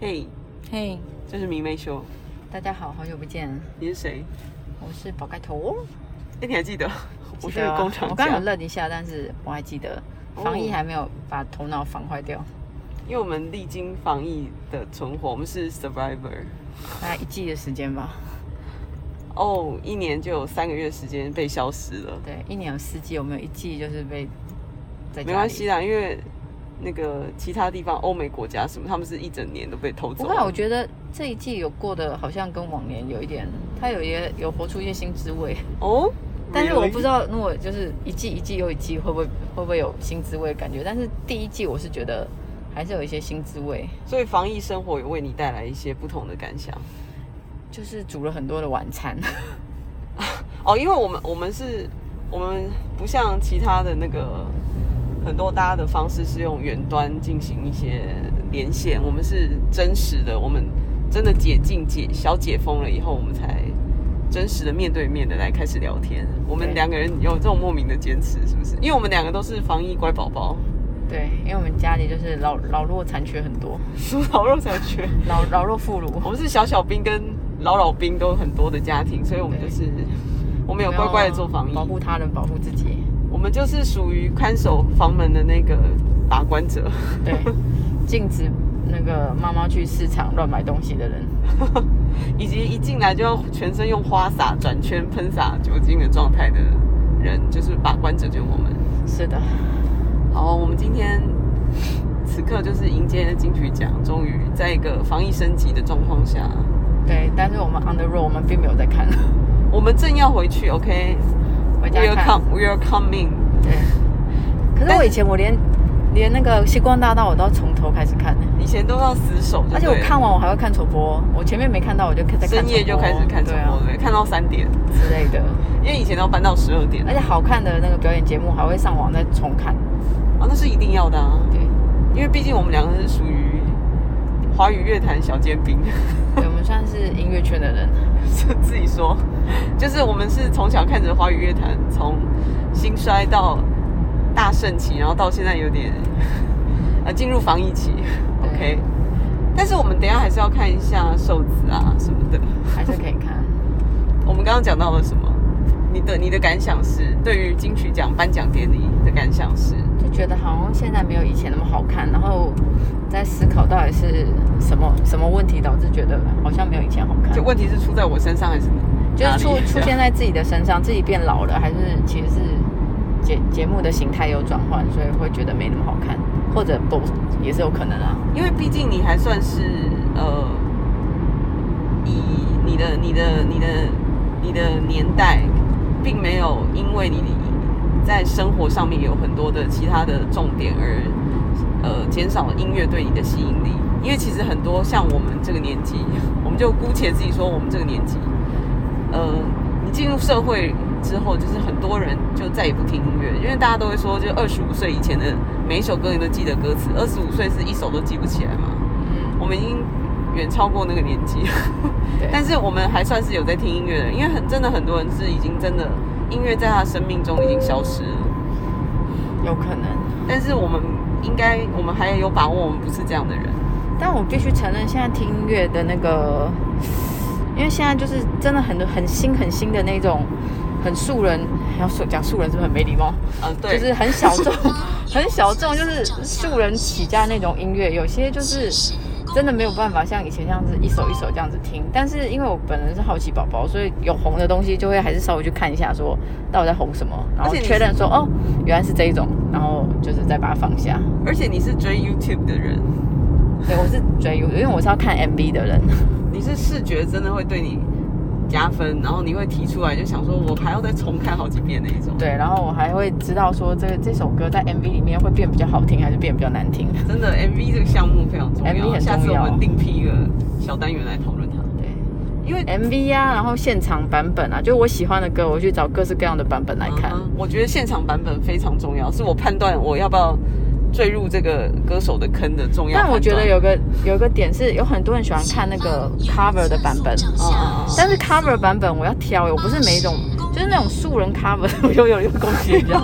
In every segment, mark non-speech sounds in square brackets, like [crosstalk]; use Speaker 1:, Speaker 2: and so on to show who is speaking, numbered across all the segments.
Speaker 1: 嘿、
Speaker 2: 嘿、
Speaker 1: 这是迷妹秀，
Speaker 2: 大家好，好久不见，
Speaker 1: 你是谁？
Speaker 2: 我是宝盖头，哦
Speaker 1: 哎，你还记得？我
Speaker 2: 记
Speaker 1: 是
Speaker 2: 得啊
Speaker 1: 工厂
Speaker 2: 我刚刚有
Speaker 1: 家，
Speaker 2: 愣一下，但是我还记得，
Speaker 1: 哦
Speaker 2: 防疫还没有把头脑防坏掉，
Speaker 1: 因为我们历经防疫的存活，我们是 survivor。
Speaker 2: 大概一季的时间吧。
Speaker 1: 哦，一年就有三个月时间被消失了，
Speaker 2: 对，一年有四季，有没有一季就是被在家
Speaker 1: 没
Speaker 2: 里
Speaker 1: 关系啦，啊因为那个其他地方欧美国家什么，他们是一整年都被偷
Speaker 2: 不
Speaker 1: 走
Speaker 2: 会啊，我
Speaker 1: 了。
Speaker 2: 觉得这一季有过得好像跟往年有一点，它有一些有活出一些新滋味。
Speaker 1: 哦，
Speaker 2: 但是我不知
Speaker 1: 道，
Speaker 2: 道，如果就是一季一季又一季，会不会会不会有新滋味的感觉？但是第一季我是觉得还是有一些新滋味，
Speaker 1: 所以防疫生活也为你带来一些不同的感想。
Speaker 2: 就是煮了很多的晚餐。
Speaker 1: 哦，因为我们我们是，我们不像其他的那个很多大家的方式是用远端进行一些连线，我们是真实的，我们真的解禁解小解封了以后，我们才真实的面对面的来开始聊天。我们
Speaker 2: 对
Speaker 1: 两个人有这种莫名的坚持，是不是？因为我们两个都是防疫乖宝宝，
Speaker 2: 对，因为我们家里就是老老弱残缺很多，
Speaker 1: 猪头肉才缺。
Speaker 2: 老老弱
Speaker 1: [laughs]
Speaker 2: 妇孺。
Speaker 1: 我们是小小兵跟老老兵都很多的家庭，所以我们
Speaker 2: 对
Speaker 1: 就是我们有乖乖的做防疫，
Speaker 2: 保护他人，保护自己。
Speaker 1: 我们就是属于看守房门的那个把关者， [laughs]
Speaker 2: 对，禁止那个妈妈去市场乱买东西的人。
Speaker 1: 以及一进来就要全身用花洒转圈喷洒酒精的状态的人，就是把关者，就是我们。
Speaker 2: 是的，
Speaker 1: 好，我们今天此刻就是迎接金曲奖，终于在一个防疫升级的状况下，
Speaker 2: 对。但是我们 on the road，我们并没有
Speaker 1: [laughs]
Speaker 2: 在看，
Speaker 1: 我们正要回去，OK，We、
Speaker 2: 回家
Speaker 1: are
Speaker 2: 看。
Speaker 1: come，We are coming。
Speaker 2: 对。可
Speaker 1: 但
Speaker 2: 是我
Speaker 1: 是
Speaker 2: 以前我连连那个星光大道我都要从头开始看的，
Speaker 1: 以前都要死守就
Speaker 2: 而且
Speaker 1: 对
Speaker 2: 我
Speaker 1: 了，
Speaker 2: 看完我还会看重播，我前面没看到我就开在看
Speaker 1: 深夜就
Speaker 2: 重播
Speaker 1: 开始看直
Speaker 2: 对
Speaker 1: 播，
Speaker 2: 啊
Speaker 1: 对，看到三点，
Speaker 2: 之类的。
Speaker 1: 因为以前都要搬到十二点，
Speaker 2: 而且好看的那个表演节目还会上网再重看。
Speaker 1: 啊，那是一定要的啊。
Speaker 2: 对。
Speaker 1: 因为毕竟我们两个是属于华语乐坛小尖兵， [laughs]
Speaker 2: 对，我们算是音乐圈的人，
Speaker 1: 是自己说，就是我们是从小看着华语乐坛从兴衰到大盛期，然后到现在有点 [laughs] 呃进入防疫期
Speaker 2: 对
Speaker 1: ，OK。但是我们等一下还是要看一下瘦子啊什么的。
Speaker 2: 还是可以看。
Speaker 1: 我们刚刚讲到了什么？你的你的感想是对于金曲奖颁奖典礼的感想是？
Speaker 2: 就觉得好像现在没有以前那么好看，然后在思考到底是什么什么问题导致觉得好像没有以前好看，
Speaker 1: 就问题是出在我身上还是你
Speaker 2: 就
Speaker 1: 哪
Speaker 2: 是
Speaker 1: 里
Speaker 2: 出出现在自己的身上，自己变老了，还是其实是节节目的形态有转换，所以会觉得没那么好看，或者 both 也是有可能啊。
Speaker 1: 因为毕竟你还算是呃，以你的你的你的你的年代，并没有因为你在生活上面有很多的其他的重点而呃减少了音乐对你的吸引力。因为其实很多像我们这个年纪，我们就姑且自己说我们这个年纪，呃，你进入社会之后，就是很多人就再也不听音乐，因为大家都会说，就二十五岁以前的每一首歌你都记得歌词，二十五岁是一首都记不起来嘛。
Speaker 2: 嗯，
Speaker 1: 我们已经远超过那
Speaker 2: [laughs]
Speaker 1: 个年纪，
Speaker 2: 对，
Speaker 1: 但是我们还算是有在听音乐的人，因为很真的很多人是已经真的音乐在他生命中已经消失了。
Speaker 2: 有可能。
Speaker 1: 但是我们应该，我们还有把握，我们不是这样的人。
Speaker 2: 但我必须承认，现在听音乐的那个，因为现在就是真的很很新很新的那种，很素人，要说讲素人是不是很没礼貌？
Speaker 1: 嗯、对，
Speaker 2: 就是很
Speaker 1: [laughs]
Speaker 2: 小众，很小众，就是素人起家那种音乐，有些就是真的没有办法像以前这样子一首一首这样子听。但是因为我本人是好奇宝宝，所以有红的东西就会还是稍微去看一下，说到底在红什么，然后
Speaker 1: 而且你
Speaker 2: 确认说哦原来是这一种，然后就是再把它放下。
Speaker 1: 而且你是追 YouTube 的人，
Speaker 2: 对，我是追，因为我是要看 MV 的人。
Speaker 1: 你是视觉真的会对你加分，然后你会提出来，就想说我还要再重看好几遍那一种。
Speaker 2: 对，然后我还会知道说这这首歌在 MV 里面会变比较好听，还是变比较难听。
Speaker 1: 真的 MV 这个项目非常重要啊
Speaker 2: MV 很重要
Speaker 1: 下次我们另辟一个小单元来讨论它。
Speaker 2: 对。
Speaker 1: 因为
Speaker 2: MV 啊，然后现场版本啊，就我喜欢的歌，我去找各式各样的版本来看。
Speaker 1: 嗯哼我觉得现场版本非常重要，是我判断我要不要坠入这个歌手的坑的重要判断。
Speaker 2: 但我觉得有个有个点是，有很多人喜欢看那个 cover 的版本，
Speaker 1: 嗯，嗯嗯
Speaker 2: 但是 [laughs] cover [laughs] 版本我要挑，我不是每一种，就是那种素人 cover，我又有又攻击人家，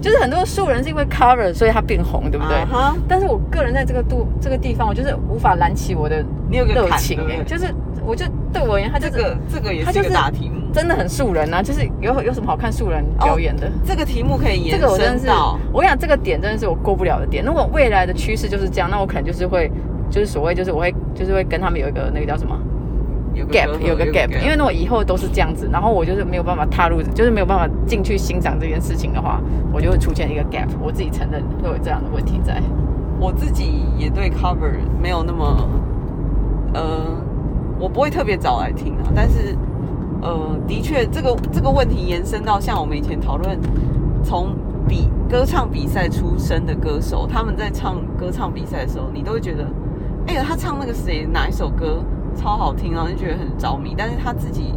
Speaker 2: 就是很多素人是因为 cover 所以他变红，对不对
Speaker 1: 啊哈，
Speaker 2: 但是我个人在这个度这个地方，我就是无法燃起我的
Speaker 1: 你有个
Speaker 2: 热
Speaker 1: 坎
Speaker 2: 情
Speaker 1: 对不
Speaker 2: 哎、
Speaker 1: 对
Speaker 2: 就是我就对我而言，他就
Speaker 1: 这
Speaker 2: 是、
Speaker 1: 个这个也
Speaker 2: 它
Speaker 1: 是
Speaker 2: 就
Speaker 1: 一个
Speaker 2: 是
Speaker 1: 大题目。
Speaker 2: 真的很素人啊，就是有有什么好看素人表演的？
Speaker 1: 这个题目可以哦
Speaker 2: 这
Speaker 1: 延
Speaker 2: 个我真的
Speaker 1: 伸
Speaker 2: 是
Speaker 1: 到，
Speaker 2: 我跟你讲这个点真的是我过不了的点。那我未来的趋势就是这样，那我可能就是会，就是所谓就是我会就是会跟他们有一个那个叫什么
Speaker 1: 有个
Speaker 2: gap，
Speaker 1: 隔阂
Speaker 2: 有个 gap，因为那我以后都是这样子，然后我就是没有办法踏入，就是没有办法进去欣赏这件事情的话，我就会出现一个 gap。我自己承认会有这样的问题在。
Speaker 1: 我自己也对 cover 没有那么，呃，我不会特别早来听啊，但是，呃，的确这个这个问题延伸到像我们以前讨论，从比歌唱比赛出身的歌手，他们在唱歌唱比赛的时候，你都会觉得，哎、呀，他唱那个谁哪一首歌超好听，然后就觉得很着迷，但是他自己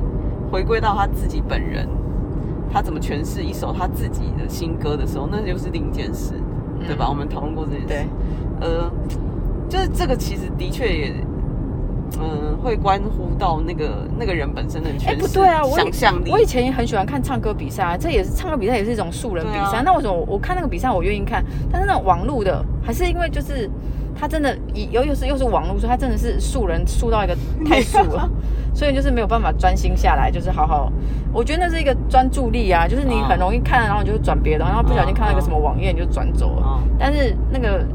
Speaker 1: 回归到他自己本人。他怎么诠释一首他自己的新歌的时候，那就是另一件事，对吧？
Speaker 2: 嗯
Speaker 1: 我们讨论过这件事。
Speaker 2: 对，
Speaker 1: 呃，就是这个其实的确也，嗯、会关乎到那个那个人本身的诠释、
Speaker 2: 哎，不对啊，我以
Speaker 1: 想象力
Speaker 2: 我以前也很喜欢看唱歌比赛啊，这也是唱歌比赛也是一种素人比
Speaker 1: 对
Speaker 2: 赛。
Speaker 1: 啊
Speaker 2: 那为什么我我看那个比赛我愿意看，但是那种网络的还是因为就是他真的以尤又是又是网络，所以他真的是素人素到一个太素
Speaker 1: [laughs]
Speaker 2: 了，所以就是没有办法专心下来，就是好好。我觉得那是一个专注力啊，就是你
Speaker 1: 嗯
Speaker 2: 很容易看，然后你就转别的，然后不小心看到一个
Speaker 1: 嗯嗯
Speaker 2: 什么网页你就转走了。
Speaker 1: 哦
Speaker 2: 但是那个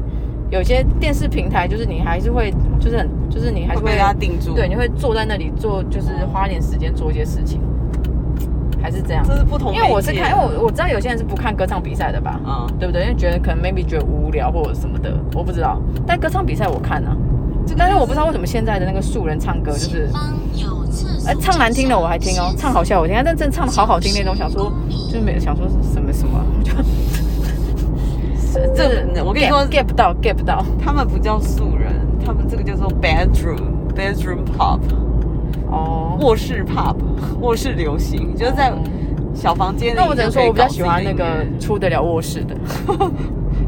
Speaker 2: 有些电视平台，就是你还是会，就是很，就是你还是
Speaker 1: 会
Speaker 2: 会
Speaker 1: 被他定住。
Speaker 2: 对，，你会坐在那里做，就是花点时间做一些事情，还是这样。
Speaker 1: 这是不同。
Speaker 2: 因为我是看，因为，我我知道有些人是不看歌唱比赛的吧，
Speaker 1: 嗯，
Speaker 2: 对不对？因为觉得可能 maybe 觉得无聊或者什么的，我不知道。但歌唱比赛我看啊，
Speaker 1: 这个
Speaker 2: 但是我不知道为什么现在的那个素人唱歌就
Speaker 3: 就是是，，
Speaker 2: 哎、
Speaker 3: 哎，
Speaker 2: 唱
Speaker 3: 唱
Speaker 2: 难
Speaker 3: 难
Speaker 2: 听
Speaker 3: 听
Speaker 2: 的
Speaker 3: 的
Speaker 2: 我
Speaker 3: 我
Speaker 2: 还
Speaker 3: 还
Speaker 2: 听
Speaker 3: 听
Speaker 2: 哦
Speaker 3: 哦，，
Speaker 2: 唱
Speaker 3: 唱
Speaker 2: 好
Speaker 3: 好
Speaker 2: 笑我听，但真的唱的好好听那种，想说就是没有想说什么什么，就 [laughs]
Speaker 1: 这我跟你说
Speaker 2: get 不到 get 不到。
Speaker 1: 他们不叫素人，他们这个叫做 bedroom bedroom pop，
Speaker 2: 哦，
Speaker 1: 卧室 pop，卧室流行，你就在
Speaker 2: 哦
Speaker 1: 小房间里。
Speaker 2: 那我只能说我比较喜欢那
Speaker 1: 你就可以
Speaker 2: 个
Speaker 1: 搞自己
Speaker 2: 出得了卧室的，
Speaker 1: 的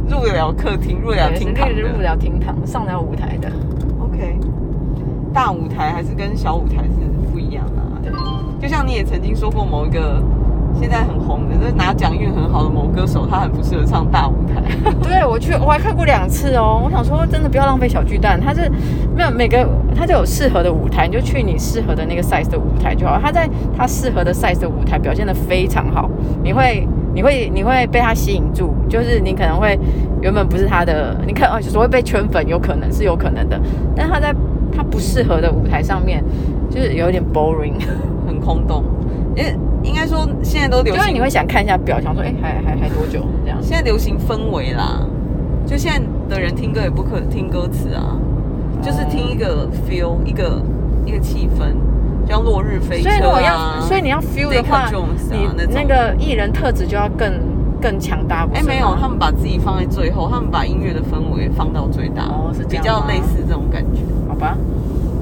Speaker 1: 音乐入得了客厅，入得了
Speaker 2: 对
Speaker 1: 厅
Speaker 2: 那
Speaker 1: 堂
Speaker 2: 个
Speaker 1: 的。
Speaker 2: 入不了厅堂，上得了舞台的。
Speaker 1: OK，大舞台还是跟小舞台是不一样的、啊。
Speaker 2: 对，
Speaker 1: 就像你也曾经说过某一个现在很红的，就是拿奖运很好的某歌手，他很不适合上大舞台。
Speaker 2: [laughs]
Speaker 1: [laughs]
Speaker 2: 对我去我还看过两次哦。我想说真的不要浪费小巨蛋，它是没有每个它就有适合的舞台，你就去你适合的那个 size 的舞台就好。它在它适合的 size 的舞台表现的非常好，你会。你会你会被它吸引住，就是你可能会原本不是他的，你看哦， [laughs] 所谓被圈粉有可能是有可能的，但他在他不适合的舞台上面，就是有一点 boring。
Speaker 1: 很空洞，因为应该说现在都流
Speaker 2: [laughs] 因为
Speaker 1: 行，
Speaker 2: 你会想看一下表，想说，哎、还还还多久这样？
Speaker 1: 现在流行氛围啦，就现在的人听歌也不可听歌词啊，就是听一
Speaker 2: 哦
Speaker 1: 个 feel，一个一个气氛，就像落日飞车
Speaker 2: 所以如果
Speaker 1: 啊
Speaker 2: 要，。所以你要 feel 的话，
Speaker 1: Deca Jones 啊
Speaker 2: 你
Speaker 1: 那种
Speaker 2: 那个艺人特质就要更更强大，不
Speaker 1: 哎、
Speaker 2: 是吗？
Speaker 1: 没有，他们把自己放在最后，他们把音乐的氛围放到最大，
Speaker 2: 哦是这
Speaker 1: 比
Speaker 2: 样
Speaker 1: 较
Speaker 2: 吗
Speaker 1: 类似这种感觉。
Speaker 2: 好吧，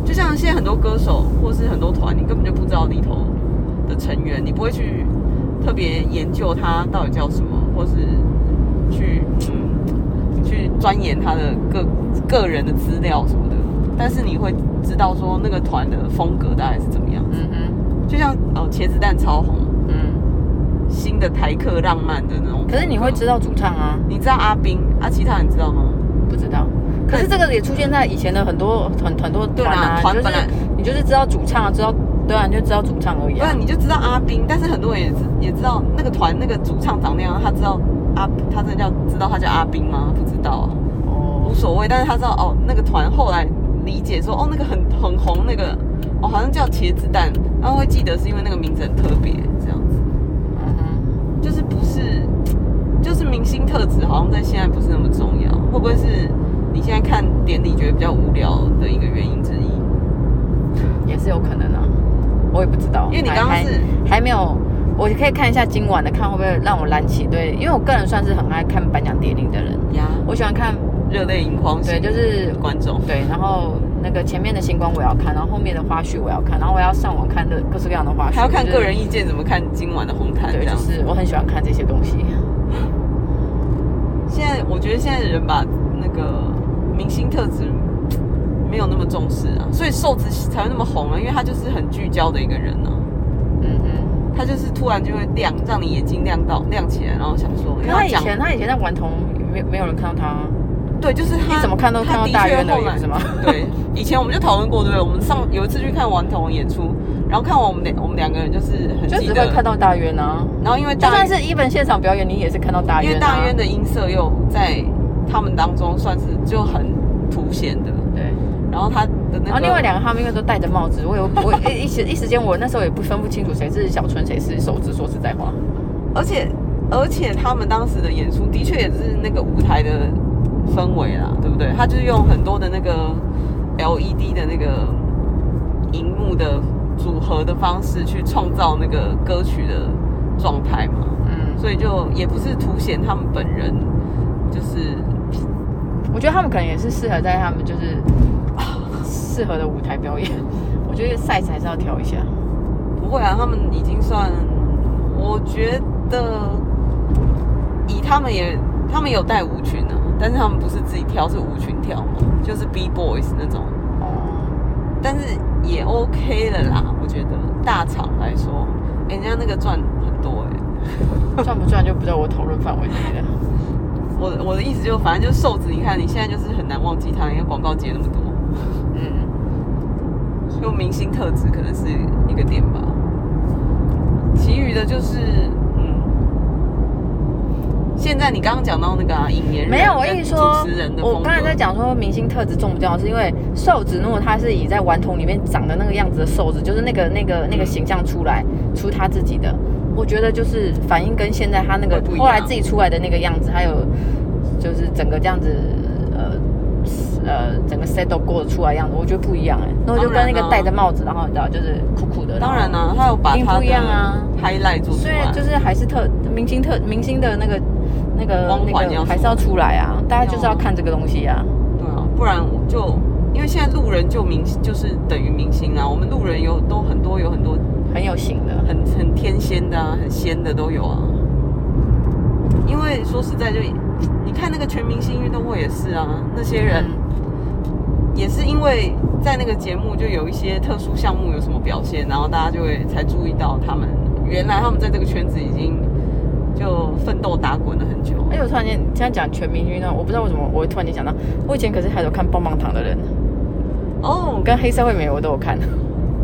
Speaker 1: 就像现在很多歌手或是很多团，你根本就不知道里头的成员，你不会去特别研究他到底叫什么，或是去嗯去钻研他的个个人的资料什么的。但是你会知道说那个团的风格大概是怎么样。
Speaker 2: 嗯哼，
Speaker 1: 就像哦，茄子蛋超红，
Speaker 2: 嗯。
Speaker 1: 新的台客浪漫的那种。
Speaker 2: 可是你会知
Speaker 1: 道，
Speaker 2: 道主唱啊？
Speaker 1: 你知道阿斌啊？其他人知道吗？
Speaker 2: 不知道。可是这个也出现在以前的很多很很多
Speaker 1: 对
Speaker 2: 团
Speaker 1: 啦
Speaker 2: 啊，
Speaker 1: 团
Speaker 2: 就是
Speaker 1: 本来
Speaker 2: 你就是知道主唱啊，知道对啊，你就知道主唱而已
Speaker 1: 不
Speaker 2: 啊
Speaker 1: 然。你就知道阿斌，但是很多人也知也知道那个团那个主唱长那样，他知道阿他真的叫知道他叫阿斌吗？不知道啊，
Speaker 2: 哦
Speaker 1: 无所谓。但是他知道哦，那个团后来理解说哦，那个很很红那个哦，好像叫茄子蛋，然后会记得是因为那个名字很特别，这样子
Speaker 2: 嗯哼，
Speaker 1: 就是不是就是明星特质好像在现在不是那么重要，会不会是你现在看典礼觉得比较无聊的一个原因之一？
Speaker 2: 也是有可能啊，我也不知道。
Speaker 1: 因为你
Speaker 2: 还
Speaker 1: 刚刚
Speaker 2: 还
Speaker 1: 是
Speaker 2: 还没有，我可以看一下今晚的，看会不会让我燃起对，因为我个人算是很爱看颁奖典礼的人，
Speaker 1: 呀
Speaker 2: 我喜欢看，
Speaker 1: 热泪盈眶型
Speaker 2: 对，就是
Speaker 1: 观众
Speaker 2: 对，然后那个前面的星光我要看，然后后面的花絮我要看，然后我要上网看各各式各样的花絮，
Speaker 1: 还要看
Speaker 2: 就是
Speaker 1: 个人意见怎么看今晚的红毯这
Speaker 2: 对，就
Speaker 1: 样。
Speaker 2: 是我很喜欢看这些东西，
Speaker 1: 现在我觉得现在的人把那个明星特质没有那么重视啊，所以瘦子才会那么红啊，因为他就是很聚焦的一个人呢、
Speaker 2: 嗯嗯，
Speaker 1: 它就是突然就会亮，让你眼睛亮到亮起来，然后想说，因
Speaker 2: 可
Speaker 1: 为
Speaker 2: 他以
Speaker 1: 讲
Speaker 2: 前他以前在顽童没有没有人看到他啊，
Speaker 1: 对，就是他
Speaker 2: 你怎么看都看到
Speaker 1: 他的
Speaker 2: 大
Speaker 1: 确
Speaker 2: 渊的
Speaker 1: 后来
Speaker 2: 影子吗？
Speaker 1: [laughs] 对，以前我们就讨论过，对不对？我们上有一次去看顽童演出，然后看完我们两我们两个人就是很
Speaker 2: 就
Speaker 1: 记
Speaker 2: 只
Speaker 1: 得
Speaker 2: 会，看到大渊啊。
Speaker 1: 然后因为
Speaker 2: 就
Speaker 1: 大
Speaker 2: 算是一本现场表演，你也是看到大
Speaker 1: 因
Speaker 2: 渊、
Speaker 1: 为
Speaker 2: 啊。
Speaker 1: 大渊的音色又在他们当中算是就很凸显的，
Speaker 2: 对，
Speaker 1: 然后他的那
Speaker 2: 然
Speaker 1: 个
Speaker 2: 后哦另外两个他们应该都戴着帽子，我有我一一时一时间我那时候也不分不清楚谁是小春谁是手指，说实在话，
Speaker 1: 而且而且他们当时的演出的确也是那个舞台的氛围啦，对不对？他就是用很多的那个 LED 的那个荧幕的组合的方式去创造那个歌曲的状态嘛，
Speaker 2: 嗯，
Speaker 1: 所以就也不是凸显他们本人，就是
Speaker 2: 我觉得他们可能也是适合在他们就是适合的舞台表演， [laughs] 我觉得 size 还是要调一下。
Speaker 1: 不会啊，他们已经算，我觉得以他们也，他们有带舞裙啊，但是他们不是自己跳，是舞裙跳嘛，就是 B boys 那种，
Speaker 2: 哦，
Speaker 1: 但是也 OK 了啦，我觉得大厂来说，诶人家那个赚很多哎、
Speaker 2: 赚不赚就不在我讨论范围内了。
Speaker 1: 我的我的意思就反正就是瘦子，你看你现在就是很难忘记他，因为广告接那么多，
Speaker 2: 嗯，
Speaker 1: 就明星特质可能是一个点吧，其余的就是嗯，现在你刚刚讲到那个啊，引言人
Speaker 2: 没有，我
Speaker 1: 跟
Speaker 2: 意思说
Speaker 1: 主持人，的
Speaker 2: 我
Speaker 1: 风格
Speaker 2: 刚才在讲说明星特质重不重要，是因为瘦子如果他是以在顽童里面长的那个样子的瘦子，就是那个那个那个形象出来，出他自己的，我觉得就是反应跟现在他那
Speaker 1: 会
Speaker 2: 个
Speaker 1: 不一样
Speaker 2: 后来自己出来的那个样子，还有就是整个这样子，呃呃，整个 set 都过得出来的样子，我觉得不一样哎、那我就
Speaker 1: 当然
Speaker 2: 跟那
Speaker 1: 啊
Speaker 2: 个戴着帽子，然后你知道就是酷酷的，
Speaker 1: 当然啊
Speaker 2: 呢、
Speaker 1: 呢、他有把
Speaker 2: 一定
Speaker 1: 他
Speaker 2: 不
Speaker 1: 的
Speaker 2: 一样啊
Speaker 1: highlight 做出
Speaker 2: 所以
Speaker 1: 来，
Speaker 2: 就是还是特明星特明星的那个那个
Speaker 1: 光环
Speaker 2: 那
Speaker 1: 要出
Speaker 2: 个还是要出来啊，大家就是要看这个东西啊。
Speaker 1: 对啊，不然我就因为现在路人就明就是等于明星啊，我们路人有都很多有很多
Speaker 2: 很有型的。
Speaker 1: 很很天仙的啊，很仙的都有啊。因为说实在就，你看那个全明星运动会也是啊，那些人
Speaker 2: 嗯
Speaker 1: 也是因为在那个节目就有一些特殊项目有什么表现，然后大家就会才注意到他们原来他们在这个圈子已经就奋斗打滚了很久。
Speaker 2: 而且我突然间现在讲全民运动，我不知道为什么我会突然间想到，我以前可是还有看棒棒糖的人，
Speaker 1: 哦
Speaker 2: 我，跟黑社会没有我都有看。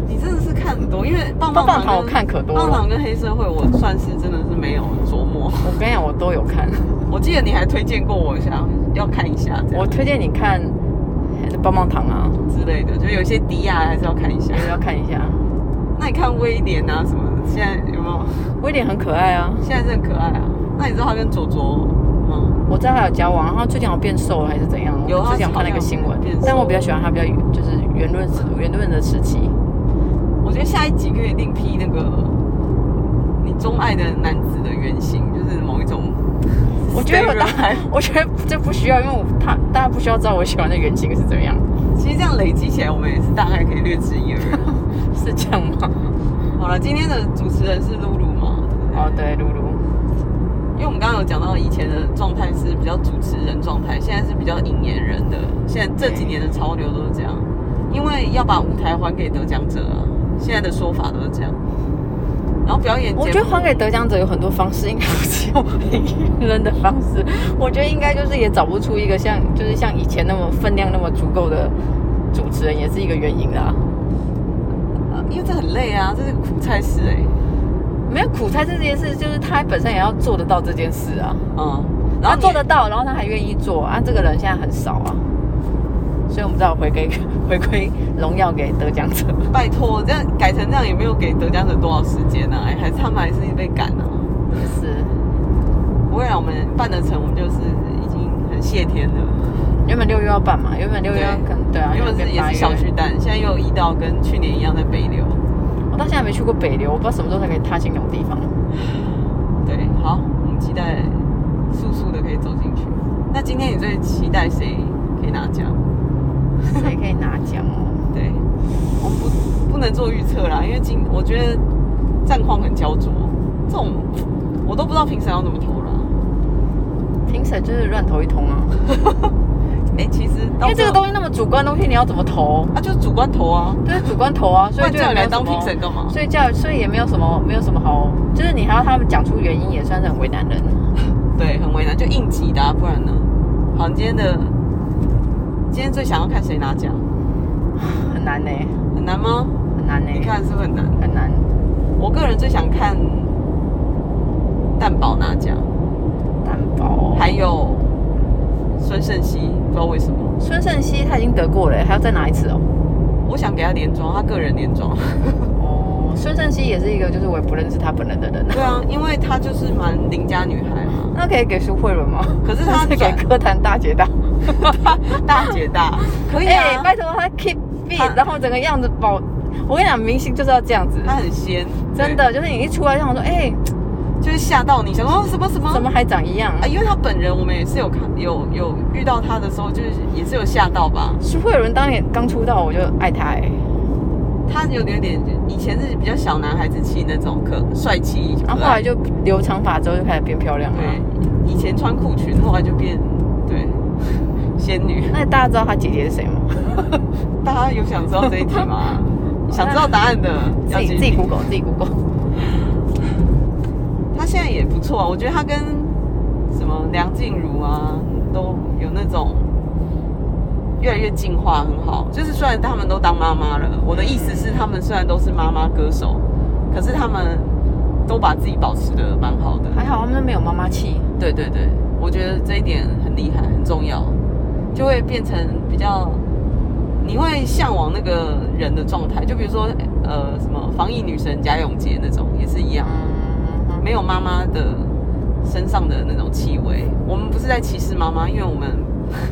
Speaker 1: 你真的是看很多，因为棒
Speaker 2: 棒
Speaker 1: 棒
Speaker 2: 棒
Speaker 1: 糖
Speaker 2: 糖
Speaker 1: 跟
Speaker 2: 我看可多了
Speaker 1: 棒棒糖跟黑社会我算是真的是没有琢磨。
Speaker 2: 我跟你讲，我都有看。
Speaker 1: 我记得你还推荐过我一下，要看一下这样
Speaker 2: 我推荐你看棒棒糖啊，
Speaker 1: 之类的，就有一些迪亚还是要看一下
Speaker 2: 也。要看一下。
Speaker 1: 那你看威廉啊什么的，现在有没有？
Speaker 2: 威廉很可爱啊，
Speaker 1: 现在是很可爱啊。那你知道他跟左左吗？
Speaker 2: 我知道他有交往，然后最近好像变瘦了还是怎样？
Speaker 1: 有啊
Speaker 2: 我之前有看那个新闻
Speaker 1: 他变瘦，
Speaker 2: 但我比较喜欢他比较就是圆润圆润的时期。
Speaker 1: 我觉得下一集可以另批那个你钟爱的男子的原型，就是某一种 stereotype。
Speaker 2: [laughs] 我觉得我当然， [laughs] 我觉得这不需要，因为我他大家不需要知道我喜欢的原型是怎么样，
Speaker 1: 其实这样累积起来，我们也是大概可以略知一二。
Speaker 2: [laughs] [laughs] 是这样吗？
Speaker 1: 好了，今天的主持人是露露嘛？对不对
Speaker 2: 哦，对，露露。
Speaker 1: 因为我们刚刚有讲到以前的状态是比较主持人状态，现在是比较引言人的。现在这几年的潮流都是这样，因为要把舞台还给得奖者啊，现在的说法都是这样。然后表演节目，
Speaker 2: 我觉得还给得奖者有很多方式，应该不是用一人的方式。我觉得应该就是也找不出一个像就是像以前那么分量那么足够的主持人，也是一个原因啦。
Speaker 1: 呃因为这很累啊，这是苦差事哎、
Speaker 2: 没有苦差这件事，就是他本身也要做得到这件事啊，
Speaker 1: 嗯，
Speaker 2: 然后
Speaker 1: 你
Speaker 2: 做得到，然后他还愿意做啊，这个人现在很少啊，所以我们只好回给回归 [laughs] 荣耀给得奖者。
Speaker 1: 拜托，这样改成这样也没有给得奖者多少时间啊，哎，还是他们还是被赶啊。
Speaker 2: 也是，
Speaker 1: 不会啊，我们办得成，我们就是已经很谢天了。
Speaker 2: 原本六月要办嘛，原本六月要
Speaker 1: 对
Speaker 2: 跟对啊，
Speaker 1: 因为
Speaker 2: 原
Speaker 1: 是
Speaker 2: 本
Speaker 1: 也
Speaker 2: 八
Speaker 1: 是
Speaker 2: 月
Speaker 1: 小巨蛋，现在又移到跟去年一样在北流。
Speaker 2: 我到现在没去过北流，我不知道什么时候才可以踏进那种地方。
Speaker 1: 对，好，我们期待速速的可以走进去。那今天你最期待谁可以拿奖？
Speaker 2: 谁可以拿奖哦？
Speaker 1: 对，我们不不能做预测啦，因为今我觉得战况很焦灼，这种我都不知道评审要怎么投啦。
Speaker 2: 评审就是乱投一通啊，
Speaker 1: 哎、其实
Speaker 2: 因
Speaker 1: 到
Speaker 2: 为这个
Speaker 1: 都
Speaker 2: 东西那么主观的东西，你要怎么投？
Speaker 1: 啊，就是主观投啊，
Speaker 2: 就是主观投啊，所以
Speaker 1: 那
Speaker 2: 就
Speaker 1: 叫
Speaker 2: 也
Speaker 1: 你
Speaker 2: 没
Speaker 1: 来
Speaker 2: 有什
Speaker 1: 当评
Speaker 2: 么，
Speaker 1: 审干嘛？
Speaker 2: 所以叫所以也没有什么没有什么好，就是你还要他们讲出原因，也算是很为难
Speaker 1: [laughs]
Speaker 2: 人。
Speaker 1: 对，很为难，就应急的、啊，不然呢？好，你今天的今天最想要看谁拿奖，
Speaker 2: 很难呢、
Speaker 1: 很难吗？
Speaker 2: 很难呢、
Speaker 1: 你看是不是很难？
Speaker 2: 很难。
Speaker 1: 我个人最想看蛋宝拿奖，
Speaker 2: 蛋包
Speaker 1: 还有孙胜熙，不知道为什么，
Speaker 2: 孙胜熙他已经得过了、还要再拿一次哦。
Speaker 1: 我想给他连庄，他个人连
Speaker 2: [laughs]
Speaker 1: 庄。
Speaker 2: 哦，孙胜熙也是一个，就是我也不认识他本人的人。
Speaker 1: 对啊，因为他就是蛮邻家女孩嘛， [laughs]
Speaker 2: 那可以给苏慧伦吗？
Speaker 1: 可是他
Speaker 2: [laughs] 还是给
Speaker 1: 转
Speaker 2: 柯坛大姐大。
Speaker 1: 大姐大，可以
Speaker 2: 哎、
Speaker 1: 啊，
Speaker 2: 拜托他 keep
Speaker 1: 他
Speaker 2: fit，然后整个样子保。我跟你讲，明星就是要这样子，
Speaker 1: 她很仙，
Speaker 2: 真的就是你一出来，让我说，哎、
Speaker 1: 对就是吓到你，想说哦什么什么
Speaker 2: 怎么还长一样？
Speaker 1: 啊，因为他本人我们也是有看有有遇到他的时候，就是也是有吓到吧。
Speaker 2: 苏慧伦当年刚出道，我就爱她、哎，
Speaker 1: 他有点点以前是比较小男孩子气那种可帅气，
Speaker 2: 然啊后
Speaker 1: 可
Speaker 2: 后来
Speaker 1: 爱
Speaker 2: 就留长发之后就开始变漂亮了。
Speaker 1: 对，以前穿裤裙，后来就变对 [laughs] 仙女。
Speaker 2: 那大家知道她姐姐是谁吗？
Speaker 1: 大家有想知道这一题
Speaker 2: [laughs]
Speaker 1: 吗？想知道答案的要
Speaker 2: 自己
Speaker 1: 继
Speaker 2: 自己
Speaker 1: 续。
Speaker 2: Google，自己 Google。
Speaker 1: 他现在也不错啊，我觉得他跟什么梁静茹啊都有那种越来越进化，很好。就是虽然他们都当妈妈了，我的意思是，他们虽然都是妈妈歌手，可是他们都把自己保持的蛮好的。
Speaker 2: 还好他们都没有妈妈气。
Speaker 1: 对对对，我觉得这一点很厉害，很重要，就会变成比较，你会向往那个人的状态。就比如说，呃，什么防疫女神贾永杰那种，也是一样，
Speaker 2: 嗯，
Speaker 1: 没有妈妈的身上的那种气味。我们不是在歧视妈妈，因为我们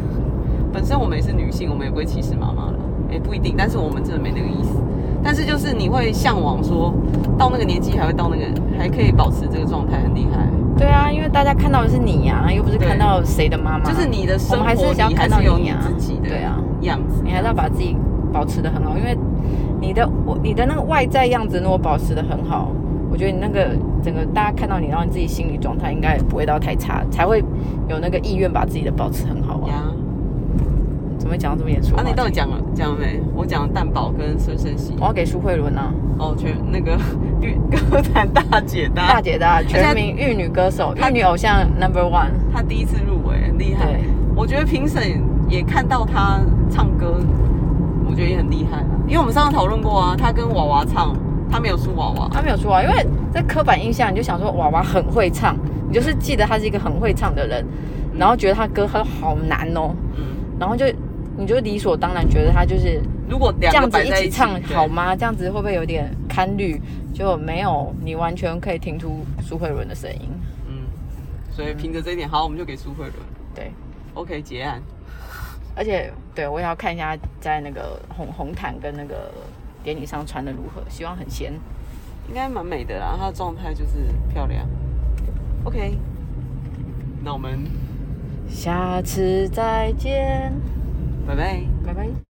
Speaker 1: [laughs] 本身我们也是女性，我们也不会歧视妈妈了，也不一定。但是我们真的没那个意思。但是就是你会向往说，到那个年纪还会到那个，还可以保持这个状态，很厉害。
Speaker 2: 对啊，因为大家看到的是你呀、又不是
Speaker 1: 对
Speaker 2: 看到谁的妈妈。
Speaker 1: 就是你的
Speaker 2: 我
Speaker 1: 生
Speaker 2: 们
Speaker 1: 活
Speaker 2: 还是想
Speaker 1: 里
Speaker 2: 要
Speaker 1: 还
Speaker 2: 看到
Speaker 1: 是有
Speaker 2: 你
Speaker 1: 你
Speaker 2: 啊
Speaker 1: 自己的
Speaker 2: 对啊
Speaker 1: 样子，
Speaker 2: 你还是要把自己保持的很好，因为你的我你的那个外在样子如果保持的很好，我觉得你那个整个大家看到你，然后你自己心理状态应该也不会到太差，才会有那个意愿把自己的保持很好啊。
Speaker 1: 呀。
Speaker 2: 怎么会讲到这么严肃
Speaker 1: 啊，
Speaker 2: 的话题？
Speaker 1: 你到底讲了讲了没？我讲了蛋宝跟孙胜熙
Speaker 2: 我，要给苏慧伦啊，
Speaker 1: 哦，全那个 [laughs] 玉歌坛大姐
Speaker 2: 大
Speaker 1: 大，
Speaker 2: 姐大全民玉女歌手、
Speaker 1: 她
Speaker 2: 玉女偶像 Number One。
Speaker 1: 她第一次入围，很厉害
Speaker 2: 对。
Speaker 1: 我觉得评审也看到她唱歌，我觉得也很厉害啊。因为我们上次讨论过啊，她跟娃娃唱，她没有输娃娃，
Speaker 2: 他没有出啊，因为在刻板印象，你就想说娃娃很会唱，你就是记得他是一个很会唱的人，然后觉得他歌他好难哦，
Speaker 1: 嗯，
Speaker 2: 然后就你就理所当然觉得他就是
Speaker 1: 如果
Speaker 2: 这
Speaker 1: 两个
Speaker 2: 样子
Speaker 1: 摆
Speaker 2: 一
Speaker 1: 在
Speaker 2: 起唱
Speaker 1: 对
Speaker 2: 好吗？这样子会不会有点堪虑？就没有，你完全可以听出苏慧伦的声音。
Speaker 1: 嗯，所以凭着这一点，好，我们就给苏慧伦
Speaker 2: 对，
Speaker 1: ，OK，结案。
Speaker 2: 而且对我也要看一下在那个红红毯跟那个典礼上穿的如何，希望很仙。
Speaker 1: 应该蛮美的啦，她的状态就是漂亮。OK，那我们
Speaker 2: 下次再见，
Speaker 1: 拜拜。
Speaker 2: 拜拜。